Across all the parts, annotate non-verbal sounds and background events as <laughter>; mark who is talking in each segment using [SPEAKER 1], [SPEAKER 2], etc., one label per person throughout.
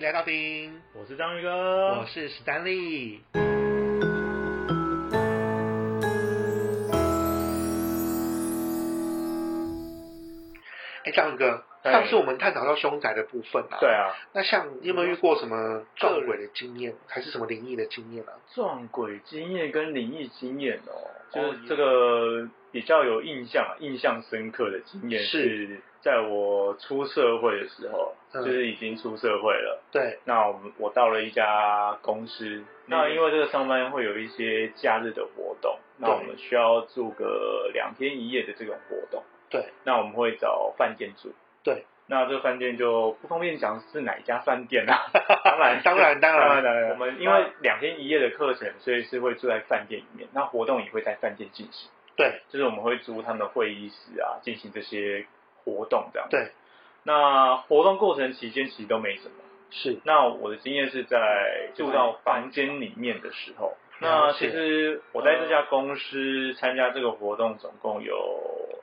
[SPEAKER 1] 来到宾，
[SPEAKER 2] 我是章鱼哥，
[SPEAKER 1] 我是史丹利。哎，章鱼哥，
[SPEAKER 2] 哎
[SPEAKER 1] 上次我们探讨到凶宅的部分啊，
[SPEAKER 2] 对，啊，
[SPEAKER 1] 那像你有没有遇过什么撞鬼的经验，还是什么灵异的经验啊？
[SPEAKER 2] 撞鬼经验跟灵异经验哦，就是这个比较有印象、印象深刻的经验
[SPEAKER 1] 是
[SPEAKER 2] 是在我出社会的时候，
[SPEAKER 1] 嗯
[SPEAKER 2] 就是已经出社会了。
[SPEAKER 1] 对，
[SPEAKER 2] 那我们我到了一家公司，
[SPEAKER 1] 嗯
[SPEAKER 2] 那因为这个上班会有一些假日的活动，那我们需要住个两天一夜的这种活动。
[SPEAKER 1] 对，
[SPEAKER 2] 那我们会找饭店住。
[SPEAKER 1] 对，
[SPEAKER 2] 那这个饭店就不方便讲是哪一家饭店
[SPEAKER 1] <laughs>
[SPEAKER 2] 啊。当然，
[SPEAKER 1] 当然当
[SPEAKER 2] 当
[SPEAKER 1] 然
[SPEAKER 2] 然，当然，我们因为两天一夜的课程，所以是会住在饭店里面，那活动也会在饭店进行，
[SPEAKER 1] 对
[SPEAKER 2] 就是我们会租他们的会议室啊，进行这些活动这样。
[SPEAKER 1] 对，
[SPEAKER 2] 那活动过程期间其实都没什么。
[SPEAKER 1] 是，
[SPEAKER 2] 那我的经验是在住到房间里面的时候。
[SPEAKER 1] 嗯了
[SPEAKER 2] 那
[SPEAKER 1] 解
[SPEAKER 2] 其实我在这家公司参加这个活动，总共有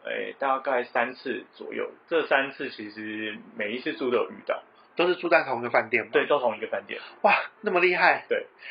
[SPEAKER 2] 诶、大概三次左右。这三次其实每一次住都有遇到，
[SPEAKER 1] 都是住在同一个饭店吗？
[SPEAKER 2] 对，，都同一个饭店，
[SPEAKER 1] 哇，那么厉害，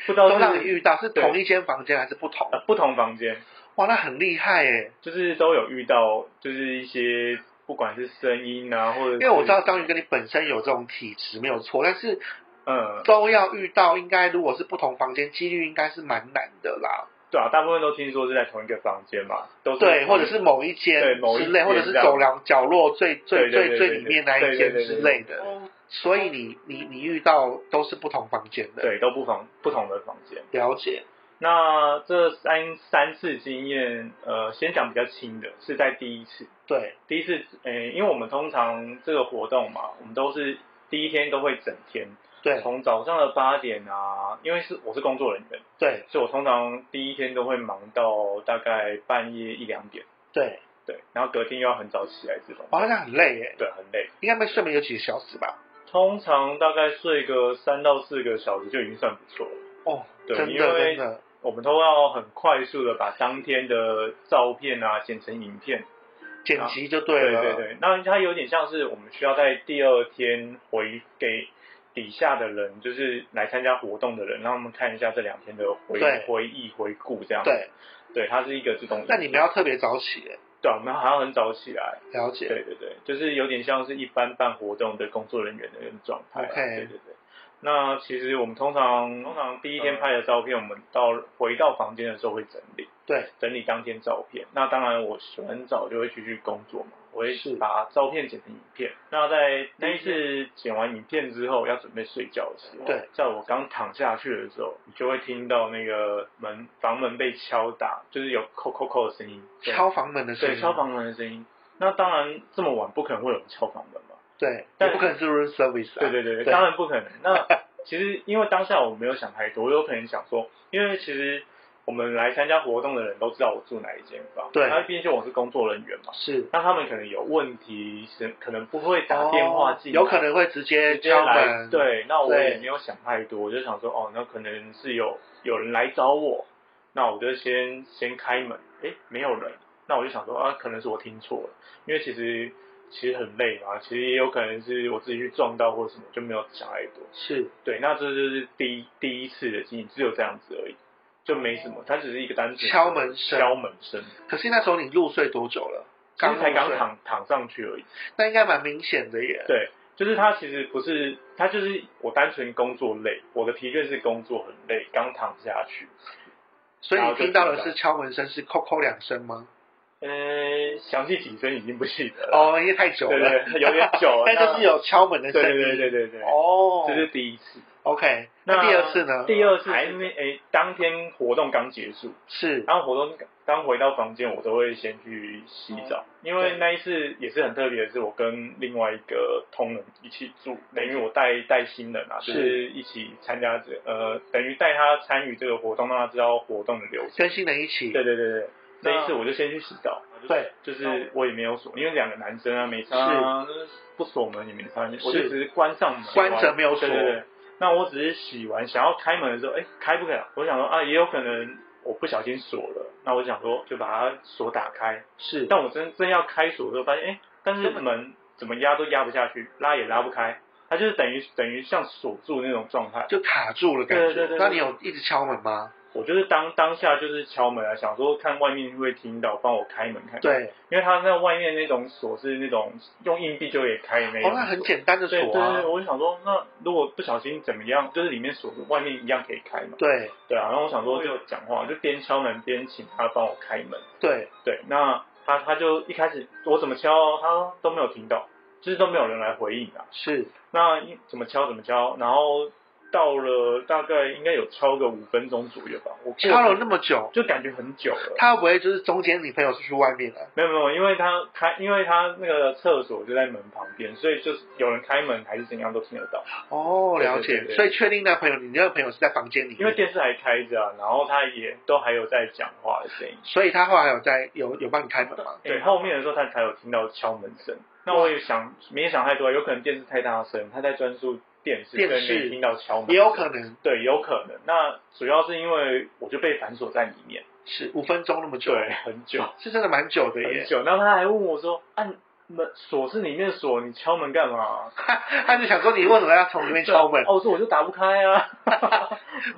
[SPEAKER 2] 不知道
[SPEAKER 1] 都
[SPEAKER 2] 是
[SPEAKER 1] 让你遇到是
[SPEAKER 2] 对
[SPEAKER 1] 同一间房间还是不同？
[SPEAKER 2] 呃不同房间，
[SPEAKER 1] 哇，那很厉害哎。
[SPEAKER 2] 就是都有遇到，就是一些不管是声音啊，或者
[SPEAKER 1] 因为我知道章
[SPEAKER 2] 然
[SPEAKER 1] 鱼跟你本身有这种体质没有错，但是
[SPEAKER 2] 嗯，
[SPEAKER 1] 都要遇到，应该如果是不同房间，几率应该是蛮难的啦。
[SPEAKER 2] 对啊，大部分都听说是在同一个房间嘛，都是
[SPEAKER 1] 对，
[SPEAKER 2] 同
[SPEAKER 1] 或
[SPEAKER 2] 一
[SPEAKER 1] 者是某一间
[SPEAKER 2] 对某一
[SPEAKER 1] 之类，
[SPEAKER 2] 间
[SPEAKER 1] 或者是
[SPEAKER 2] 这样
[SPEAKER 1] 走廊角落最
[SPEAKER 2] 对
[SPEAKER 1] 最
[SPEAKER 2] 对对
[SPEAKER 1] 最最
[SPEAKER 2] 对
[SPEAKER 1] 里面那一
[SPEAKER 2] 对对
[SPEAKER 1] 间
[SPEAKER 2] 对
[SPEAKER 1] 之
[SPEAKER 2] 对
[SPEAKER 1] 类的。所以你你你遇到都是不同房间的，
[SPEAKER 2] 对都不同不同的房间。
[SPEAKER 1] 了解。
[SPEAKER 2] 那这三三次经验，呃，先讲比较轻的，是在第一次。
[SPEAKER 1] 对
[SPEAKER 2] 第一次，呃，因为我们通常这个活动嘛，我们都是第一天都会整天，
[SPEAKER 1] 对
[SPEAKER 2] 从早上的八点啊，因为是我是工作人员，
[SPEAKER 1] 对
[SPEAKER 2] 所以我通常第一天都会忙到大概半夜一两点，
[SPEAKER 1] 对，
[SPEAKER 2] 对，然后隔天又要很早起来这种，
[SPEAKER 1] 哇，那很累耶，
[SPEAKER 2] 对，很累。
[SPEAKER 1] 应该没睡眠有几个小时吧？
[SPEAKER 2] 通常大概睡个三到四个小时就已经算不错了。
[SPEAKER 1] 哦，
[SPEAKER 2] 对
[SPEAKER 1] 真的
[SPEAKER 2] 因为
[SPEAKER 1] 真的，
[SPEAKER 2] 我们都要很快速的把当天的照片啊剪成影片，
[SPEAKER 1] 剪辑就对了。
[SPEAKER 2] 啊对对，那它有点像是我们需要在第二天回给底下的人，就是来参加活动的人，让他们看一下这两天的回
[SPEAKER 1] 对
[SPEAKER 2] 回忆回顾这样。
[SPEAKER 1] 对，
[SPEAKER 2] 对，它是一个这种。
[SPEAKER 1] 那你们要特别早起耶，
[SPEAKER 2] 对，我们好像很早起来。
[SPEAKER 1] 了解。
[SPEAKER 2] 对对对，就是有点像是一般办活动的工作人员的那种状态啊。
[SPEAKER 1] OK
[SPEAKER 2] 对对对。那其实我们通常通常第一
[SPEAKER 1] 嗯
[SPEAKER 2] 天拍的照片，我们到回到房间的时候会整理。
[SPEAKER 1] 对
[SPEAKER 2] 整理当天照片。那当然，我洗完澡就会继续工作嘛，我会
[SPEAKER 1] 是
[SPEAKER 2] 把照片剪成影片。那在那一次剪完影片之后，要准备睡觉的时候，
[SPEAKER 1] 对，
[SPEAKER 2] 在我刚躺下去的时候，你就会听到那个门房门被敲打，就是有扣扣扣的声音，对
[SPEAKER 1] 敲房门的声
[SPEAKER 2] 对
[SPEAKER 1] 音，
[SPEAKER 2] 敲房门的声音。那当然，这么晚不可能会有人敲房门嘛。
[SPEAKER 1] 对，
[SPEAKER 2] 但
[SPEAKER 1] 也不可能是 room service 啊。
[SPEAKER 2] 对对对，当然不可能。
[SPEAKER 1] <laughs>
[SPEAKER 2] 那其实因为当下我没有想太多，我有可能想说，因为其实我们来参加活动的人都知道我住哪一间房，
[SPEAKER 1] 对
[SPEAKER 2] 那毕竟我是工作人员嘛，
[SPEAKER 1] 是
[SPEAKER 2] 那他们可能有问题是可能不会打电话进来、
[SPEAKER 1] 哦有可能会直接
[SPEAKER 2] 直接
[SPEAKER 1] 敲
[SPEAKER 2] 来
[SPEAKER 1] 门。，
[SPEAKER 2] 对，那我也
[SPEAKER 1] 对
[SPEAKER 2] 没有想太多，我就想说，哦，那可能是有有人来找我，那我就先先开门，诶，没有人，那我就想说，啊，可能是我听错了，因为其实其实很累嘛，其实也有可能是我自己去撞到或什么，就没有想太多。
[SPEAKER 1] 是
[SPEAKER 2] 对，那这就是第一第一次的经验，只有这样子而已，就没什么，它只是一个单纯的
[SPEAKER 1] 敲门声
[SPEAKER 2] 敲门声，
[SPEAKER 1] 可是那时候你入睡多久了？
[SPEAKER 2] 其实
[SPEAKER 1] 入
[SPEAKER 2] 才刚
[SPEAKER 1] 睡，
[SPEAKER 2] 躺躺上去而已。
[SPEAKER 1] 那应该蛮明显的耶。
[SPEAKER 2] 对，就是他其实不是，他就是我单纯工作累，我的疲倦是工作很累，刚躺下去。
[SPEAKER 1] 所以
[SPEAKER 2] 然
[SPEAKER 1] 你
[SPEAKER 2] 后就
[SPEAKER 1] 听到
[SPEAKER 2] 听
[SPEAKER 1] 的
[SPEAKER 2] 到
[SPEAKER 1] 是敲门声，是扣扣两声吗？
[SPEAKER 2] 嗯，详细几声已经不记得了，
[SPEAKER 1] 哦，因为太久
[SPEAKER 2] 对
[SPEAKER 1] 了，，
[SPEAKER 2] 对对有点久了
[SPEAKER 1] <laughs> 但就是有敲门的
[SPEAKER 2] 那
[SPEAKER 1] 声
[SPEAKER 2] 对
[SPEAKER 1] 音。
[SPEAKER 2] 对对对对对，
[SPEAKER 1] 哦
[SPEAKER 2] 这是第一次。
[SPEAKER 1] ，OK。那第二次呢？
[SPEAKER 2] 第二次
[SPEAKER 1] 还
[SPEAKER 2] 是因为诶，当天活动刚结束，
[SPEAKER 1] 是
[SPEAKER 2] 然后活动刚回到房间，我都会先去洗澡，因为那一次也是很特别的是，我跟另外一个同仁一起住，等于我带带新人啊，
[SPEAKER 1] 是
[SPEAKER 2] 就是一起参加这呃，等于带他参与这个活动，让他知道活动的流程。
[SPEAKER 1] 跟新人一起。
[SPEAKER 2] 对对对对，
[SPEAKER 1] 那
[SPEAKER 2] 那一次我就先去洗澡，
[SPEAKER 1] 对
[SPEAKER 2] 就是我也没有锁，因为两个男生啊没差啊，不锁门也没差，我就只是关上门，
[SPEAKER 1] 关着没有锁
[SPEAKER 2] 对对对，那我只是洗完想要开门的时候，哎，开不开啊？我想说啊，也有可能我不小心锁了，那我想说就把它锁打开，
[SPEAKER 1] 是
[SPEAKER 2] 但我真真要开锁的时候，发现哎，但是门怎么压都压不下去，拉也拉不开，它就是等于等于像锁住那种状态。
[SPEAKER 1] 就卡住了感觉。
[SPEAKER 2] 对对对对
[SPEAKER 1] 那你有一直敲门吗？
[SPEAKER 2] 我就是当当下就是敲门啊，想说看外面会不会听到，帮我开门看。，
[SPEAKER 1] 对，
[SPEAKER 2] 因为它那外面那种锁是那种用硬币就可以开的那
[SPEAKER 1] 哦，
[SPEAKER 2] 种。
[SPEAKER 1] 那很简单的
[SPEAKER 2] 对对
[SPEAKER 1] 锁啊
[SPEAKER 2] 对，。我就想说，那如果不小心怎么样，就是里面锁住，外面一样可以开嘛。
[SPEAKER 1] 对
[SPEAKER 2] 对啊，然后我想说就讲话，就边敲门边请他帮我开门。
[SPEAKER 1] 对，
[SPEAKER 2] 对，那他他就一开始我怎么敲他都没有听到，就是都没有人来回应啊。
[SPEAKER 1] 是，
[SPEAKER 2] 那一怎么敲怎么敲，然后到了大概应该有敲个五分钟左右吧，我
[SPEAKER 1] 敲了
[SPEAKER 2] 过去
[SPEAKER 1] 那么久，
[SPEAKER 2] 就感觉很久了。
[SPEAKER 1] 他会不会就是中间你朋友出去外面了？
[SPEAKER 2] 没有没有，因为他开，因为他那个厕所就在门旁边，所以就是有人开门还是怎样都听得到。
[SPEAKER 1] 哦，了
[SPEAKER 2] 对对
[SPEAKER 1] 解
[SPEAKER 2] 对。对
[SPEAKER 1] 所以确定那朋友，你那个朋友是在房间里
[SPEAKER 2] 因为
[SPEAKER 1] 面，
[SPEAKER 2] 电视还开着啊，然后他也都还有在讲话的声音。
[SPEAKER 1] 所以他后来有在有有帮你开门吗？
[SPEAKER 2] 对，后面的时候他才有听到敲门声。那我也想，没想太多，啊有可能电视太大声，他在专注电视，
[SPEAKER 1] 电
[SPEAKER 2] 所
[SPEAKER 1] 视
[SPEAKER 2] 以没听到敲门。
[SPEAKER 1] 也有可，能
[SPEAKER 2] 对，有可能。那主要是因为我就被反锁在里面，
[SPEAKER 1] 是五分钟那么久，
[SPEAKER 2] 对，很久
[SPEAKER 1] 是真的蛮久的
[SPEAKER 2] 很
[SPEAKER 1] 耶。
[SPEAKER 2] 久。然后他还问我说：“按、门锁是里面的锁，你敲门干嘛
[SPEAKER 1] <laughs> 他就想说你为什么要从里？”面敲门？
[SPEAKER 2] 哦，我说我就打不开
[SPEAKER 1] <laughs>
[SPEAKER 2] 啊。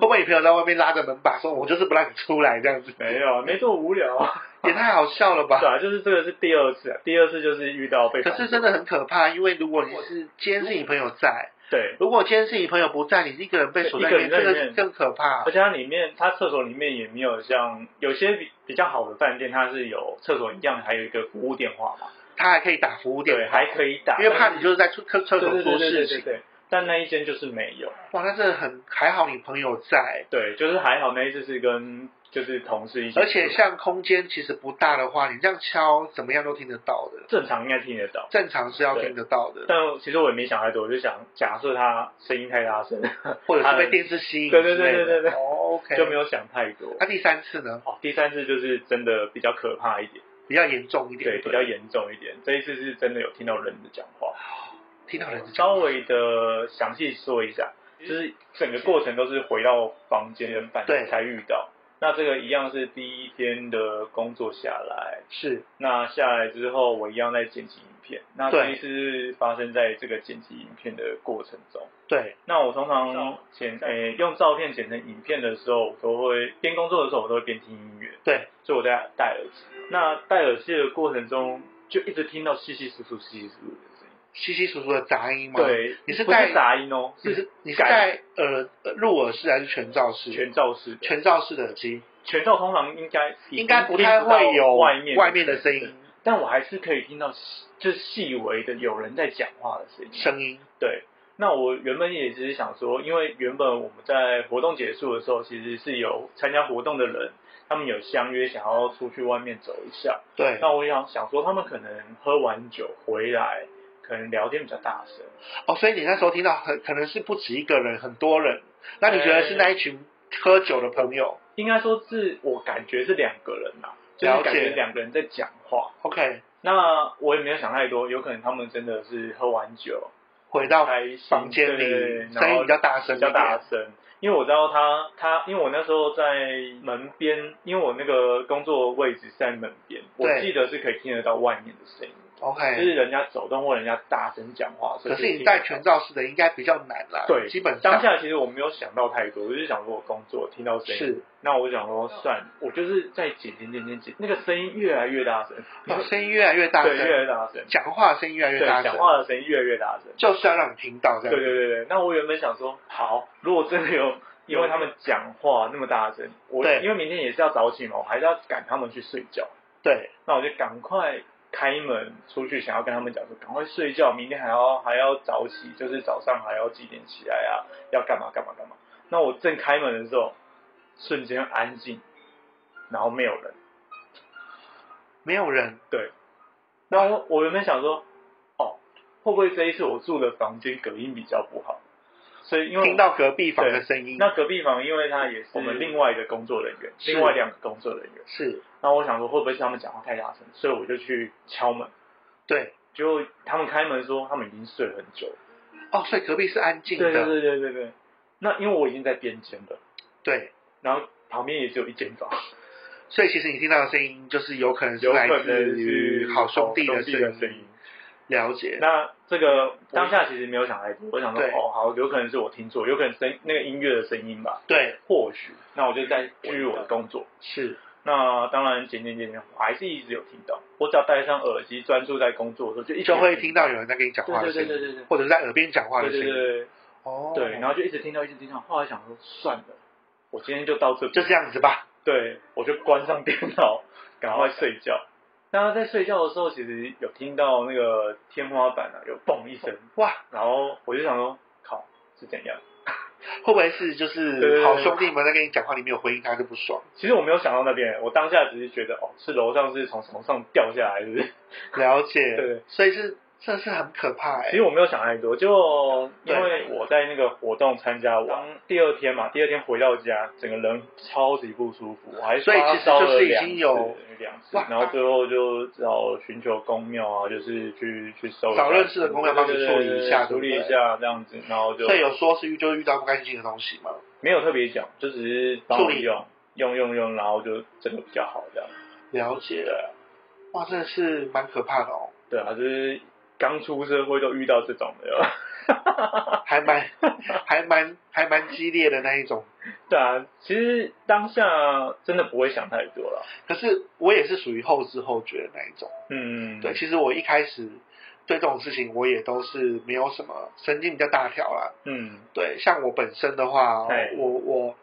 [SPEAKER 1] 会不会你朋友在外面拉着门把说“我就是不让你出来”这样子？
[SPEAKER 2] 没有， <laughs> 没这么无
[SPEAKER 1] <laughs>
[SPEAKER 2] 聊。
[SPEAKER 1] 也太好笑了吧
[SPEAKER 2] 对？啊，就是这个是第二次、啊，第二次就是遇到被反
[SPEAKER 1] 可
[SPEAKER 2] 锁。
[SPEAKER 1] 是真的很可怕，因为如果你是今天是你朋友在，
[SPEAKER 2] 对，
[SPEAKER 1] 如果今天是你朋友不在，你一个人被锁在里面，
[SPEAKER 2] 一个
[SPEAKER 1] 这
[SPEAKER 2] 人在里
[SPEAKER 1] 个
[SPEAKER 2] 面
[SPEAKER 1] 更可怕
[SPEAKER 2] 而。且它里面，它厕所里面也没有像有些比比较好的饭店，它是有厕所一样，还有一个服务电话嘛，
[SPEAKER 1] 他还可以打服务
[SPEAKER 2] 对，
[SPEAKER 1] 电话，
[SPEAKER 2] 还可以打，
[SPEAKER 1] 因为怕你就是在厕厕厕
[SPEAKER 2] 但是对对对
[SPEAKER 1] 所出
[SPEAKER 2] 对
[SPEAKER 1] 事
[SPEAKER 2] 对
[SPEAKER 1] 情。
[SPEAKER 2] 对，但那一间就是没有，
[SPEAKER 1] 哇，那真的很还好，你朋友在。
[SPEAKER 2] 对，就是还好那一次是跟就是同事一起住，
[SPEAKER 1] 而且像空间其实不大的话，你这样敲怎么样都听得到的，
[SPEAKER 2] 正常应该听得到，
[SPEAKER 1] 正常是要听得到的，
[SPEAKER 2] 但其实我也没想太多，我就想假设他声音太大声，
[SPEAKER 1] 或者是
[SPEAKER 2] 他
[SPEAKER 1] 被
[SPEAKER 2] 们
[SPEAKER 1] 电视吸引之
[SPEAKER 2] 对
[SPEAKER 1] 类的。
[SPEAKER 2] 对对对对对
[SPEAKER 1] 哦，OK。
[SPEAKER 2] 就没有想太多。
[SPEAKER 1] 那第三次呢，
[SPEAKER 2] 哦，第三次就是真的比较可怕一点，
[SPEAKER 1] 比较严重一点，
[SPEAKER 2] 对，比较严重一点。这一次是真的有听到人的讲话，
[SPEAKER 1] 听到人家
[SPEAKER 2] 稍微的详细说一下，就是整个过程都是回到房间的饭
[SPEAKER 1] 对
[SPEAKER 2] 店才遇到。那这个一样是第一天的工作下来，
[SPEAKER 1] 是
[SPEAKER 2] 那下来之后我一样在剪辑影片。那
[SPEAKER 1] 对
[SPEAKER 2] 这一次是发生在这个剪辑影片的过程中。
[SPEAKER 1] 对
[SPEAKER 2] 那我通常剪诶、用照片剪成影片的时候，我都会边工作的时候我都会边听音乐，
[SPEAKER 1] 对，
[SPEAKER 2] 所以我在戴耳机。那戴耳机的过程中，就一直听到稀稀疏疏、稀稀疏疏的声音。
[SPEAKER 1] 稀稀疏疏的杂音嘛。，
[SPEAKER 2] 对，
[SPEAKER 1] 你是
[SPEAKER 2] 不
[SPEAKER 1] 戴
[SPEAKER 2] 是杂音哦？
[SPEAKER 1] 你是你是
[SPEAKER 2] 改
[SPEAKER 1] 戴耳呃入耳式还是全罩式？
[SPEAKER 2] 全罩式的，
[SPEAKER 1] 全罩式的耳机，
[SPEAKER 2] 全罩通常应该已经
[SPEAKER 1] 应该不太
[SPEAKER 2] 听
[SPEAKER 1] 会
[SPEAKER 2] 不到
[SPEAKER 1] 有
[SPEAKER 2] 外面
[SPEAKER 1] 外面的声音，
[SPEAKER 2] 但我还是可以听到细就是细微的有人在讲话的声音。
[SPEAKER 1] 声音
[SPEAKER 2] 对，那我原本也只是想说，因为原本我们在活动结束的时候，其实是有参加活动的人，他们有相约想要出去外面走一下。
[SPEAKER 1] 对
[SPEAKER 2] 那我也想想说，他们可能喝完酒回来，可能聊天比较大声。
[SPEAKER 1] 哦，所以你那时候听到很可能是不止一个人，很多人，那你觉得是那一群喝酒的朋友
[SPEAKER 2] 应该说是我感觉是两个人啦、就是感
[SPEAKER 1] 了
[SPEAKER 2] 觉
[SPEAKER 1] 解
[SPEAKER 2] 两个人在讲话。
[SPEAKER 1] ？OK，
[SPEAKER 2] 那我也没有想太多，有可能他们真的是喝完酒，
[SPEAKER 1] 回到
[SPEAKER 2] 开心
[SPEAKER 1] 房间
[SPEAKER 2] 对对
[SPEAKER 1] 里
[SPEAKER 2] 对
[SPEAKER 1] 声
[SPEAKER 2] 然
[SPEAKER 1] 音
[SPEAKER 2] 后
[SPEAKER 1] 比较大声，
[SPEAKER 2] 比较大，声。因为我知道他，他因为我那时候在门边，因为我那个工作位置是在门边，我
[SPEAKER 1] 对
[SPEAKER 2] 记得是可以听得到外面的声音，就
[SPEAKER 1] OK，
[SPEAKER 2] 是人家走动或人家大声讲话。所以
[SPEAKER 1] 可是
[SPEAKER 2] 听得
[SPEAKER 1] 你
[SPEAKER 2] 到
[SPEAKER 1] 戴全罩式的应该比较难啦，
[SPEAKER 2] 对
[SPEAKER 1] 基本
[SPEAKER 2] 当
[SPEAKER 1] 上
[SPEAKER 2] 下其实我没有想到太多，我就是想说我工作听到声音，
[SPEAKER 1] 是，
[SPEAKER 2] 那我就想说算，我就是在剪剪剪剪剪，那个声音越来越大声，
[SPEAKER 1] 哦声音越来越大
[SPEAKER 2] 对，越来
[SPEAKER 1] 声，
[SPEAKER 2] 越大声，
[SPEAKER 1] 讲话声音越来越
[SPEAKER 2] 对，
[SPEAKER 1] 大
[SPEAKER 2] 讲
[SPEAKER 1] 声，
[SPEAKER 2] 话的声音越来越大声。
[SPEAKER 1] 就是要让你听到这
[SPEAKER 2] 对
[SPEAKER 1] 样，
[SPEAKER 2] 对对对，那我原本想说，好，如果真的有，因为他们讲话那么大声，我
[SPEAKER 1] 对
[SPEAKER 2] 因为明天也是要早起嘛，我还是要赶他们去睡觉，
[SPEAKER 1] 对
[SPEAKER 2] 那我就赶快开门出去，想要跟他们讲说，赶快睡觉，明天还要还要早起，就是早上还要几点起来啊，要干嘛干嘛干嘛。那我正开门的时候，瞬间安静，然后没有人。
[SPEAKER 1] 没有人，
[SPEAKER 2] 那我我原本想说，哦，会不会这一次我住的房间隔音比较不好？所以因为
[SPEAKER 1] 听到隔壁房的声音，
[SPEAKER 2] 那隔壁房，因为他也是我们另外一个工作人员，
[SPEAKER 1] 是
[SPEAKER 2] 另外两个工作人员。
[SPEAKER 1] 是
[SPEAKER 2] 那我想说，会不会是他们讲话太大声？所以我就去敲门，
[SPEAKER 1] 对。
[SPEAKER 2] 结果他们开门说他们已经睡了很久了。
[SPEAKER 1] 哦，所以隔壁是安静
[SPEAKER 2] 对对
[SPEAKER 1] 的，
[SPEAKER 2] 对对对对。那因为我已经在边间了，
[SPEAKER 1] 对，
[SPEAKER 2] 然后旁边也只有一间房，
[SPEAKER 1] 所以其实你听到的声音就是有可能是
[SPEAKER 2] 有可
[SPEAKER 1] 来
[SPEAKER 2] 能
[SPEAKER 1] 自
[SPEAKER 2] 是
[SPEAKER 1] 于好兄弟的
[SPEAKER 2] 的声
[SPEAKER 1] 音，。了解，嗯
[SPEAKER 2] 那这个当下其实没有想太多，我想说
[SPEAKER 1] 对
[SPEAKER 2] 哦好，有可能是我听错，有可能声那个音乐的声音吧，
[SPEAKER 1] 对，
[SPEAKER 2] 或许，那我就再继续我的工作。
[SPEAKER 1] 是，
[SPEAKER 2] 那当然，渐渐渐渐，我还是一直有听到。我只要戴上耳机，专注在工作的时候，就一直
[SPEAKER 1] 就会
[SPEAKER 2] 听
[SPEAKER 1] 听到有人在跟你讲话
[SPEAKER 2] 对
[SPEAKER 1] 的声
[SPEAKER 2] 对对
[SPEAKER 1] 音，
[SPEAKER 2] 对对对。
[SPEAKER 1] 或者是在耳边讲话
[SPEAKER 2] 对
[SPEAKER 1] 的声
[SPEAKER 2] 对
[SPEAKER 1] 音，
[SPEAKER 2] 对
[SPEAKER 1] 哦，
[SPEAKER 2] 对，然后就一直听到，一直听到，后来想说算了，我今天就到这边，
[SPEAKER 1] 就这样子吧，
[SPEAKER 2] 对，我就关上电脑，赶快睡觉。那在睡觉的时候，其实有听到那个天花板啊有嘣一声，
[SPEAKER 1] 哇，
[SPEAKER 2] 然后我就想说，靠，是怎样？
[SPEAKER 1] 会不会是就
[SPEAKER 2] 对对
[SPEAKER 1] 是
[SPEAKER 2] 对
[SPEAKER 1] 好兄弟们在跟你讲话，你没有回应他就不爽？
[SPEAKER 2] 其实我没有想到那边，我当下只是觉得，哦，是楼上是从床上掉下来，是不
[SPEAKER 1] <laughs>
[SPEAKER 2] 是？
[SPEAKER 1] 了
[SPEAKER 2] 对
[SPEAKER 1] 解，所以是这是很可怕哎、
[SPEAKER 2] 其实我没有想太多，就因为我在那个活动参加完，第二天嘛，第二天回到家，整个人超级不舒服，我还
[SPEAKER 1] 所以其实
[SPEAKER 2] 发烧
[SPEAKER 1] 就是
[SPEAKER 2] 了
[SPEAKER 1] 已
[SPEAKER 2] 两
[SPEAKER 1] 经
[SPEAKER 2] 次
[SPEAKER 1] 有
[SPEAKER 2] 两次
[SPEAKER 1] 哇，
[SPEAKER 2] 然后最后就只好寻求公庙啊，就是去去搜一下
[SPEAKER 1] 找认识的公庙帮你
[SPEAKER 2] 对对
[SPEAKER 1] 处理
[SPEAKER 2] 对
[SPEAKER 1] 一下
[SPEAKER 2] 对处理
[SPEAKER 1] 对
[SPEAKER 2] 一
[SPEAKER 1] 不对
[SPEAKER 2] 下这样子，然后就
[SPEAKER 1] 所以有说是遇就遇到不干净的东西嘛？
[SPEAKER 2] 没有特别讲，就只是帮
[SPEAKER 1] 处
[SPEAKER 2] 我
[SPEAKER 1] 理
[SPEAKER 2] 用用用用，然后就真的比较好这样。
[SPEAKER 1] 了解
[SPEAKER 2] 对啊，
[SPEAKER 1] 哇，真的是蛮可怕的哦，
[SPEAKER 2] 对啊，就是刚出社会都遇到这种
[SPEAKER 1] <laughs>
[SPEAKER 2] 的哟。
[SPEAKER 1] 还
[SPEAKER 2] <laughs>
[SPEAKER 1] 蛮还蛮还蛮激烈的那一种。
[SPEAKER 2] 对啊，其实当下真的不会想太多了。
[SPEAKER 1] 可是我也是属于后知后觉的那一种。
[SPEAKER 2] 嗯，
[SPEAKER 1] 对，，其实我一开始对这种事情我也都是没有什么神经比较大条啦。
[SPEAKER 2] 嗯，
[SPEAKER 1] 对，像我本身的话，
[SPEAKER 2] 对
[SPEAKER 1] 我我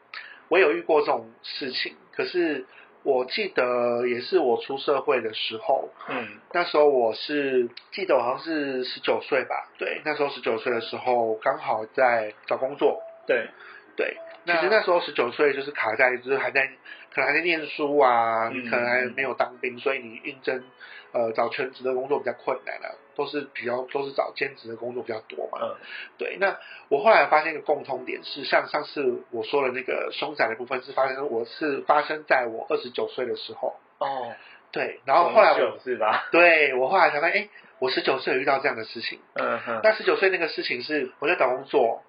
[SPEAKER 1] 我有遇过这种事情，可是我记得也是我出社会的时候，
[SPEAKER 2] 嗯，
[SPEAKER 1] 那时候我是记得我好像是十九岁吧，对，那时候十九岁的时候刚好在找工作，
[SPEAKER 2] 对，
[SPEAKER 1] 对，其
[SPEAKER 2] 那
[SPEAKER 1] 实那时候十九岁就是卡在就是还在可能还在念书啊，
[SPEAKER 2] 嗯
[SPEAKER 1] 你可能还没有当兵，所以你应征呃找全职的工作比较困难啊，都是比较都是找兼职的工作比较多嘛。
[SPEAKER 2] 嗯
[SPEAKER 1] 对，那我后来发现一个共通点是，像上次我说的那个凶宅的部分是发生我是发生在我二十九岁的时候，
[SPEAKER 2] 哦，
[SPEAKER 1] 对，然后后来我
[SPEAKER 2] 永久是哦吧？
[SPEAKER 1] 对我后来才发现，哎，我十九岁有遇到这样的事情。
[SPEAKER 2] 嗯哼，
[SPEAKER 1] 那十九岁那个事情是我在找工作，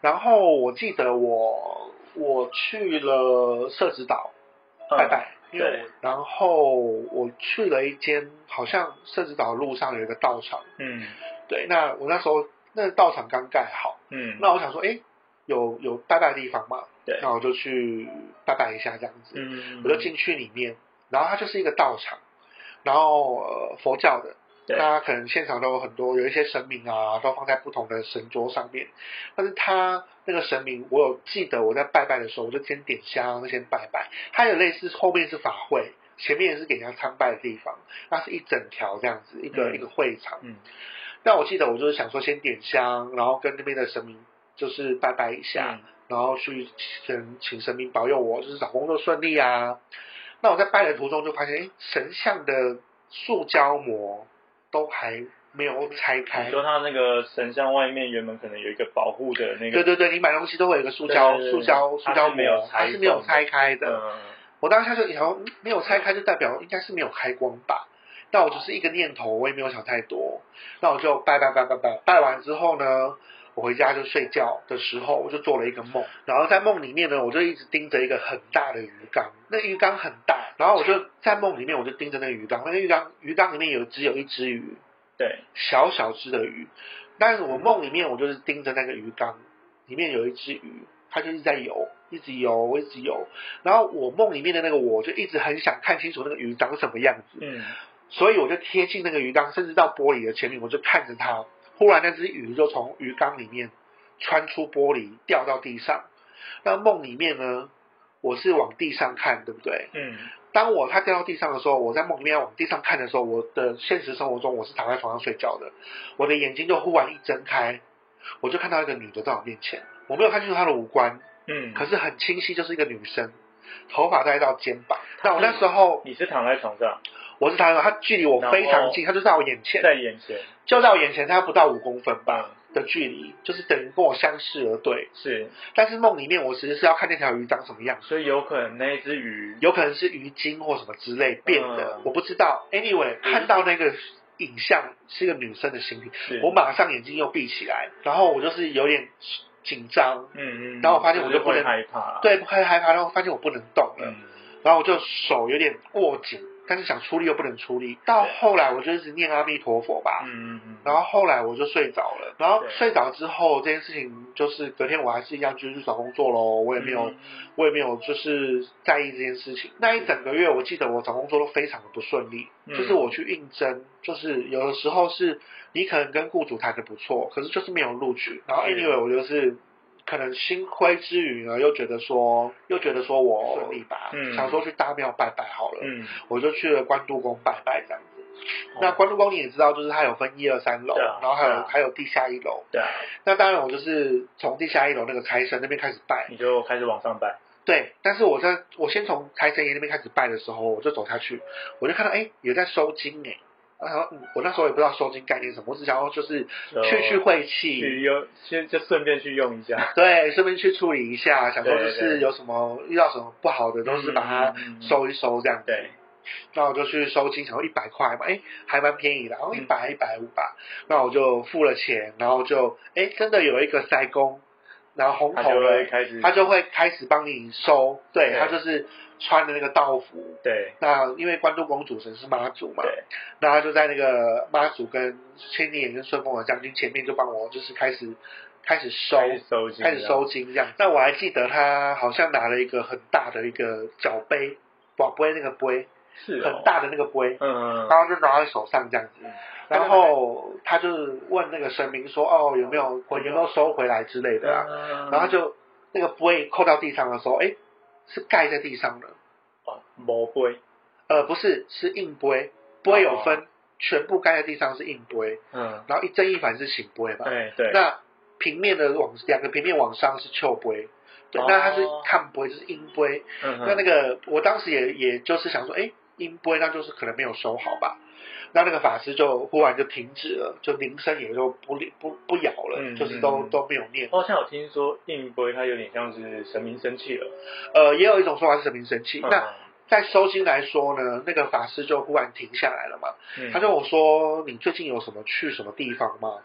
[SPEAKER 1] 然后我记得我我去了社子岛
[SPEAKER 2] 嗯
[SPEAKER 1] 拜，拜，因为
[SPEAKER 2] 对
[SPEAKER 1] 我然后我去了一间好像社子岛路上有一个道场，
[SPEAKER 2] 嗯
[SPEAKER 1] 对，那我那时候那道场刚盖好，
[SPEAKER 2] 嗯，
[SPEAKER 1] 那我想说，哎，有有拜拜的地方嘛，
[SPEAKER 2] 对
[SPEAKER 1] 那我就去拜拜一下这样子，
[SPEAKER 2] 嗯，
[SPEAKER 1] 我就进去里面，然后它就是一个道场，然后呃佛教的，
[SPEAKER 2] 对
[SPEAKER 1] 那可能现场都有很多有一些神明啊，都放在不同的神桌上面，但是它那个神明，我有记得我在拜拜的时候，我就先点香，先拜拜，它有类似后面是法会。前面也是给人家参拜的地方，那是一整条这样子，一个、
[SPEAKER 2] 嗯
[SPEAKER 1] 一个会场。
[SPEAKER 2] 嗯
[SPEAKER 1] 那我记得我就是想说先点香，然后跟那边的神明就是拜拜一下，
[SPEAKER 2] 嗯
[SPEAKER 1] 然后去请请神明保佑我，就是找工作顺利啊。那我在拜的途中就发现，哎，神像的塑胶膜都还没有拆
[SPEAKER 2] 嗯你
[SPEAKER 1] 开。
[SPEAKER 2] 说他那个神像外面原本可能有一个保护的那
[SPEAKER 1] 对
[SPEAKER 2] 个，
[SPEAKER 1] 对对，你买东西都会有一个塑胶、
[SPEAKER 2] 对对对
[SPEAKER 1] 塑胶、
[SPEAKER 2] 它
[SPEAKER 1] 塑
[SPEAKER 2] 是
[SPEAKER 1] 胶膜，
[SPEAKER 2] 没有拆
[SPEAKER 1] 它是没有
[SPEAKER 2] 封的
[SPEAKER 1] 拆开的。
[SPEAKER 2] 嗯，
[SPEAKER 1] 我当下就想说，嗯没有拆开就代表应该是没有开光吧。那我就是一个念头，我也没有想太多。那我就拜拜拜拜拜，拜完之后呢，我回家就睡觉的时候，我就做了一个梦。然后在梦里面呢，我就一直盯着一个很大的鱼缸，那鱼缸很大。然后我就在梦里面，我就盯着那个鱼缸，那个鱼缸鱼缸里面有只有一只鱼，
[SPEAKER 2] 对，
[SPEAKER 1] 小小只的鱼。但是我梦里面，我就是盯着那个鱼缸，里面有一只鱼，它就一直在游，一直游，一直游。然后我梦里面的那个我，就一直很想看清楚那个鱼长什么样子，
[SPEAKER 2] 嗯，
[SPEAKER 1] 所以我就贴近那个鱼缸，甚至到玻璃的前面，我就看着它。忽然，那只鱼就从鱼缸里面穿出玻璃，掉到地上。那梦里面呢，我是往地上看，对不对？
[SPEAKER 2] 嗯，
[SPEAKER 1] 当我它掉到地上的时候，我在梦里面往地上看的时候，我的现实生活中我是躺在床上睡觉的，我的眼睛就忽然一睁开，我就看到一个女的在我面前，我没有看清楚她的五官，
[SPEAKER 2] 嗯，
[SPEAKER 1] 可是很清晰，就是一个女生，头发戴到肩膀。那我那时候
[SPEAKER 2] 你是躺在床上，
[SPEAKER 1] 我是躺着，她距离我非常近，她就在我眼前，
[SPEAKER 2] 在眼前，
[SPEAKER 1] 就在我眼前，她不到五公分吧
[SPEAKER 2] 吧？
[SPEAKER 1] 的距离，就是等于跟我相视而对。
[SPEAKER 2] 是，
[SPEAKER 1] 但是梦里面我其实是要看那条鱼长什么样子。
[SPEAKER 2] 所以有可能那一只鱼
[SPEAKER 1] 有可能是鱼精或什么之类变的，
[SPEAKER 2] 嗯
[SPEAKER 1] 我不知道。Anyway，看到那个影像是一个女生的形体，
[SPEAKER 2] 是，
[SPEAKER 1] 我马上眼睛又闭起来，然后我就是有点紧张，
[SPEAKER 2] 嗯嗯，
[SPEAKER 1] 然后我发现我就不
[SPEAKER 2] 会
[SPEAKER 1] 能
[SPEAKER 2] 害怕，，
[SPEAKER 1] 对，很害怕，然后发现我不能动了，
[SPEAKER 2] 啊嗯，
[SPEAKER 1] 然后我就手有点握紧，但是想出力又不能出力。到后来我就一直念阿弥陀佛吧，
[SPEAKER 2] 嗯嗯嗯，
[SPEAKER 1] 然后后来我就睡着了，然后
[SPEAKER 2] 对
[SPEAKER 1] 睡着之后这件事情就是隔天我还是一样继续去找工作喽，我也没有、
[SPEAKER 2] 嗯
[SPEAKER 1] 我也没有就是在意这件事情。那一整个月我记得我找工作都非常的不顺利，
[SPEAKER 2] 嗯
[SPEAKER 1] 就是我去应征，就是有的时候是你可能跟雇主谈的不错，可是就是没有录取，然后
[SPEAKER 2] 是
[SPEAKER 1] anyway 我就是。可能心灰之余呢，又觉得说，又觉得说我顺利吧，
[SPEAKER 2] 嗯
[SPEAKER 1] 想说去大庙拜拜好了，
[SPEAKER 2] 嗯，哦
[SPEAKER 1] 我就去了关渡宫拜拜这样子。那关渡宫你也知道，就是它有分一二三楼，
[SPEAKER 2] 对啊
[SPEAKER 1] 然后还有、
[SPEAKER 2] 对啊
[SPEAKER 1] 还有地下一楼。
[SPEAKER 2] 对啊，
[SPEAKER 1] 那当然，我就是从地下一楼那个财神那边开始拜。
[SPEAKER 2] 你就开始往上拜，
[SPEAKER 1] 对，但是我在我先从财神爷那边开始拜的时候，我就走下去，我就看到哎、有在收金哎、然后嗯我那时候也不知道收金概念是什么，我只想要就是
[SPEAKER 2] 就
[SPEAKER 1] 去去晦气，
[SPEAKER 2] 哦去用，先就顺便去用一下，
[SPEAKER 1] 对，顺便去处理一下，想说就
[SPEAKER 2] 对
[SPEAKER 1] 是
[SPEAKER 2] 对
[SPEAKER 1] 有什么遇到什么不好的，都是把它
[SPEAKER 2] 嗯嗯嗯嗯
[SPEAKER 1] 收一收这样子。
[SPEAKER 2] 对，
[SPEAKER 1] 那我就去收金，想说一百块嘛，哎，还蛮便宜的，哦
[SPEAKER 2] 嗯
[SPEAKER 1] 然后一百一百五吧，那我就付了钱，然后就哎，真的有一个塞工，然后红
[SPEAKER 2] 他
[SPEAKER 1] 头
[SPEAKER 2] 就会
[SPEAKER 1] 的，
[SPEAKER 2] 开始，
[SPEAKER 1] 他就会开始帮你收，对
[SPEAKER 2] 嗯对
[SPEAKER 1] 他就是穿的那个道服。
[SPEAKER 2] 对
[SPEAKER 1] 那因为关渡公主神是妈祖嘛，
[SPEAKER 2] 对，
[SPEAKER 1] 那他就在那个妈祖跟千里眼跟顺风耳将军前面就帮我就是开始开始收，
[SPEAKER 2] 开始收金，
[SPEAKER 1] 开始收金这样。那我还记得他好像拿了一个很大的一个脚杯，宝杯那个杯，
[SPEAKER 2] 是哦
[SPEAKER 1] 很，大的那个杯，
[SPEAKER 2] 嗯，嗯
[SPEAKER 1] 然后就拿在手上这样子
[SPEAKER 2] 嗯。
[SPEAKER 1] 然后他就问那个神明说：“哦，有没有我有没有收回来之类的啊？”
[SPEAKER 2] 嗯
[SPEAKER 1] 然后就那个杯扣到地上的时候，哎，是盖在地上的，
[SPEAKER 2] 哦，魔杯，
[SPEAKER 1] 呃，不是，是硬杯，杯有
[SPEAKER 2] 哦
[SPEAKER 1] 分，全部盖在地上是硬杯，
[SPEAKER 2] 嗯，
[SPEAKER 1] 然后一正一反是醒杯嘛。
[SPEAKER 2] 哎对，
[SPEAKER 1] 啊那平面的往两个平面往上是丘杯，对，
[SPEAKER 2] 哦嗯
[SPEAKER 1] 那它是看杯，就是阴杯。那
[SPEAKER 2] 那
[SPEAKER 1] 那个我当时也也就是想说，哎，阴杯那就是可能没有收好吧。那那个法师就忽然就停止了，就铃声也就不理不不摇了，
[SPEAKER 2] 嗯
[SPEAKER 1] 就是都
[SPEAKER 2] 嗯
[SPEAKER 1] 都没有念。
[SPEAKER 2] 我好像有听说硬杯，它有点像是神明生气了，
[SPEAKER 1] 呃，也有一种说法是神明生气。那
[SPEAKER 2] 嗯
[SPEAKER 1] 在收心来说呢，那个法师就忽然停下来了嘛，
[SPEAKER 2] 嗯
[SPEAKER 1] 他跟我说：“你最近有什么去什么地方吗？”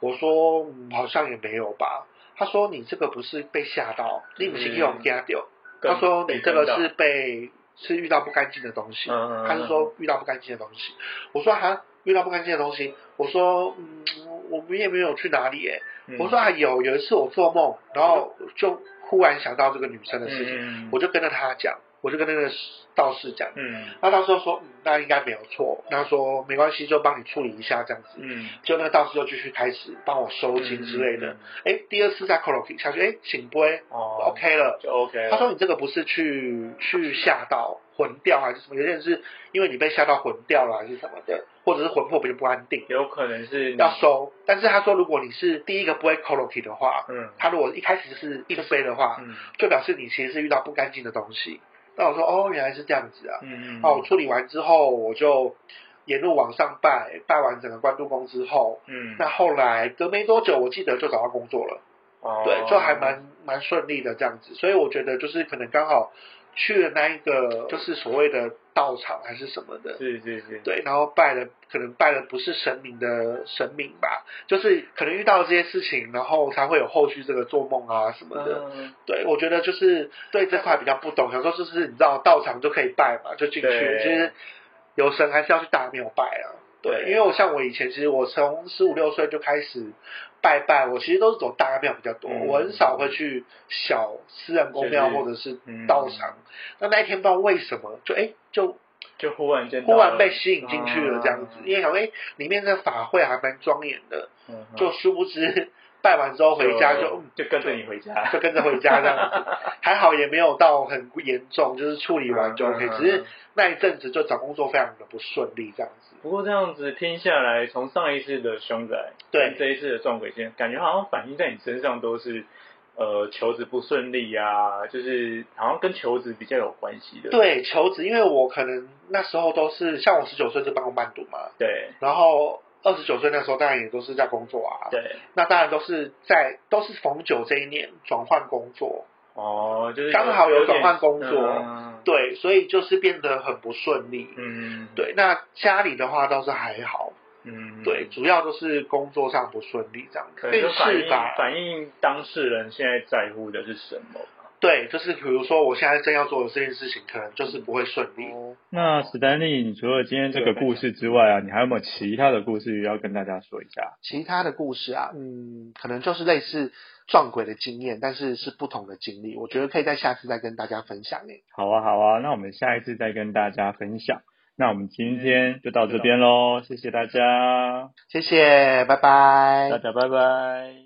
[SPEAKER 1] 我说：“嗯好像也没有吧。”他说：“你这个不是被吓到，你不是用吓掉。
[SPEAKER 2] 更
[SPEAKER 1] 他说：“你这
[SPEAKER 2] 嗯被
[SPEAKER 1] 个是
[SPEAKER 2] 坑
[SPEAKER 1] 被是遇到不干净的东西。
[SPEAKER 2] 到嗯嗯嗯
[SPEAKER 1] 他是说遇到不干净的东西。我说：“哈，遇到不干净的东西。”我说：“嗯，我们也没有去哪里耶。
[SPEAKER 2] 嗯
[SPEAKER 1] 我说：“啊，有有一次我做梦，然后就忽然想到这个女生的事情，
[SPEAKER 2] 嗯
[SPEAKER 1] 我就跟着她讲，我就跟那个道士讲。”
[SPEAKER 2] 嗯
[SPEAKER 1] 他到时候说，嗯，那应该没有错。那说没关系，就帮你处理一下这样子。
[SPEAKER 2] 嗯
[SPEAKER 1] 就那个道士就继续开始帮我收金之类的
[SPEAKER 2] 嗯。
[SPEAKER 1] 哎、第二次再 c o l o 下去，哎，醒杯、
[SPEAKER 2] 哦
[SPEAKER 1] OK 了。
[SPEAKER 2] 就 OK 了
[SPEAKER 1] 他说你这个不是去去吓到魂掉还是什么？有些人是因为你被吓到魂掉了还是什么的，或者是魂魄比较不安定，
[SPEAKER 2] 有可能是你
[SPEAKER 1] 要收。但是他说，如果你是第一个不会 c o l o 的话，
[SPEAKER 2] 嗯
[SPEAKER 1] 他如果一开始就是硬飞的话，
[SPEAKER 2] 嗯
[SPEAKER 1] 就表示你其实是遇到不干净的东西。那我说，哦，原来是这样子啊。
[SPEAKER 2] 嗯嗯
[SPEAKER 1] 那我处理完之后，我就沿路往上拜，拜完整个关渡宫之后，
[SPEAKER 2] 嗯
[SPEAKER 1] 那后来隔没多久，我记得就找到工作了，
[SPEAKER 2] 哦
[SPEAKER 1] 对，就还蛮蛮顺利的这样子。所以我觉得就是可能刚好去了那一个就是所谓的道场还是什么的。
[SPEAKER 2] 是是是
[SPEAKER 1] 对，然后拜了，可能拜了不是神明的神明吧，就是可能遇到这些事情，然后才会有后续这个做梦啊什么的。
[SPEAKER 2] 嗯
[SPEAKER 1] 对，我觉得就是对这块比较不懂，想说就是你知道道场就可以拜嘛，就进去。
[SPEAKER 2] 对
[SPEAKER 1] 其实有神还是要去大庙拜啊。对，
[SPEAKER 2] 对
[SPEAKER 1] 因为我像我以前，其实我从十五六岁就开始拜拜，我其实都是走大庙比较多，
[SPEAKER 2] 嗯
[SPEAKER 1] 我很少会去小私人公庙
[SPEAKER 2] 就是
[SPEAKER 1] 或者是
[SPEAKER 2] 嗯
[SPEAKER 1] 道场。那那一天不知道为什么，就哎、就
[SPEAKER 2] 就忽然间到
[SPEAKER 1] 忽
[SPEAKER 2] 了
[SPEAKER 1] 然被吸引进去了这样子，
[SPEAKER 2] 嗯
[SPEAKER 1] 因为想哎、里面的法会还蛮庄严的，
[SPEAKER 2] 嗯嗯
[SPEAKER 1] 就殊不知拜完之后回家就
[SPEAKER 2] 就
[SPEAKER 1] 嗯
[SPEAKER 2] 就跟着你回家
[SPEAKER 1] 就跟着回家这样子，还好也没有到很严重，就是处理完就 OK、
[SPEAKER 2] 嗯嗯嗯
[SPEAKER 1] 只是那一阵子就找工作非常的不顺利这样子。
[SPEAKER 2] 不过这样子听下来，从上一次的凶宅，
[SPEAKER 1] 对
[SPEAKER 2] 跟这一次的撞鬼线，感觉好像反映在你身上都是，呃，求职不顺利啊，就是好像跟求职比较有关系的。
[SPEAKER 1] 对，求职，因为我可能那时候都是像我十九岁就帮我慢读嘛，
[SPEAKER 2] 对
[SPEAKER 1] 然后二十九岁那时候当然也都是在工作啊，
[SPEAKER 2] 对，
[SPEAKER 1] 那当然都是在都是逢九这一年转换工作，
[SPEAKER 2] 哦，就是
[SPEAKER 1] 刚好有
[SPEAKER 2] 有
[SPEAKER 1] 转
[SPEAKER 2] 点
[SPEAKER 1] 换工作
[SPEAKER 2] 嗯
[SPEAKER 1] 对，所以就是变得很不顺利。
[SPEAKER 2] 嗯，
[SPEAKER 1] 对，那家里的话倒是还好，
[SPEAKER 2] 嗯，
[SPEAKER 1] 对，，主要都是工作上不顺利这样
[SPEAKER 2] 可能
[SPEAKER 1] 子，运
[SPEAKER 2] 就反
[SPEAKER 1] 势
[SPEAKER 2] 映
[SPEAKER 1] 吧，
[SPEAKER 2] 反映当事人现在在乎的是什么吧。
[SPEAKER 3] 对，就是比如说我现在正要做的这件事情，可能就是不会顺利。
[SPEAKER 1] 哦
[SPEAKER 2] 那史丹利，你除了今天这个故事之外啊，你还有没有其他的故事要跟大家说一下？
[SPEAKER 1] 其他的故事啊，嗯，可能就是类似撞鬼的经验，但是是不同的经历。我觉得可以在下次再跟大家分享欸诶。
[SPEAKER 2] 好啊，好啊，那我们下一次再跟大家分享。那我们今天就到这边喽，谢谢大家，
[SPEAKER 1] 谢谢，
[SPEAKER 2] 大
[SPEAKER 1] 拜拜。
[SPEAKER 2] 家拜拜。